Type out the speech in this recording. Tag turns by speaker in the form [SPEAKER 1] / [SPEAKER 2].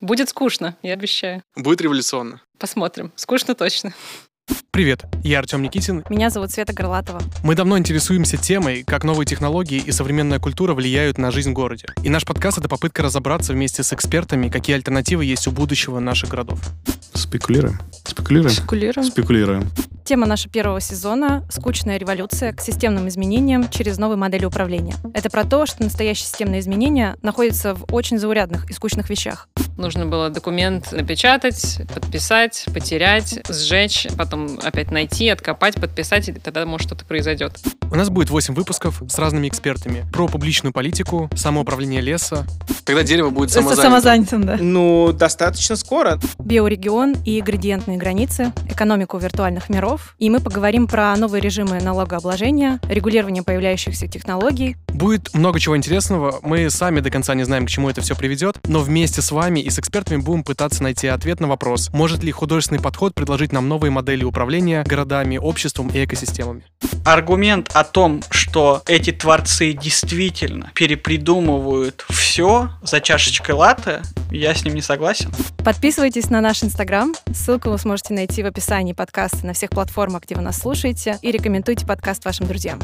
[SPEAKER 1] Будет скучно, я обещаю.
[SPEAKER 2] Будет революционно.
[SPEAKER 1] Посмотрим. Скучно точно.
[SPEAKER 3] Привет, я Артем Никитин.
[SPEAKER 4] Меня зовут Света Горлатова.
[SPEAKER 3] Мы давно интересуемся темой, как новые технологии и современная культура влияют на жизнь в городе. И наш подкаст — это попытка разобраться вместе с экспертами, какие альтернативы есть у будущего наших городов.
[SPEAKER 5] Спекулируем. Спекулируем.
[SPEAKER 1] Шкулируем.
[SPEAKER 5] Спекулируем.
[SPEAKER 4] Тема нашего первого сезона – «Скучная революция к системным изменениям через новые модели управления». Это про то, что настоящие системные изменения находятся в очень заурядных и скучных вещах.
[SPEAKER 1] Нужно было документ напечатать, подписать, потерять, сжечь, потом опять найти, откопать, подписать, и тогда, может, что-то произойдет.
[SPEAKER 3] У нас будет 8 выпусков с разными экспертами про публичную политику, самоуправление леса.
[SPEAKER 2] Тогда дерево будет самозанято.
[SPEAKER 4] Самозанятым, да.
[SPEAKER 6] Ну, достаточно скоро.
[SPEAKER 4] Биорегион и градиентные границы, экономику виртуальных миров. И мы поговорим про новые режимы налогообложения, регулирование появляющихся технологий.
[SPEAKER 3] Будет много чего интересного. Мы сами до конца не знаем, к чему это все приведет, но вместе с вами и с экспертами будем пытаться найти ответ на вопрос, может ли художественный подход предложить нам новые модели управления городами, обществом и экосистемами.
[SPEAKER 7] аргумент о том, что эти творцы действительно перепридумывают все за чашечкой латы, я с ним не согласен.
[SPEAKER 4] Подписывайтесь на наш Инстаграм. Ссылку вы сможете найти в описании подкаста на всех платформах, где вы нас слушаете. И рекомендуйте подкаст вашим друзьям.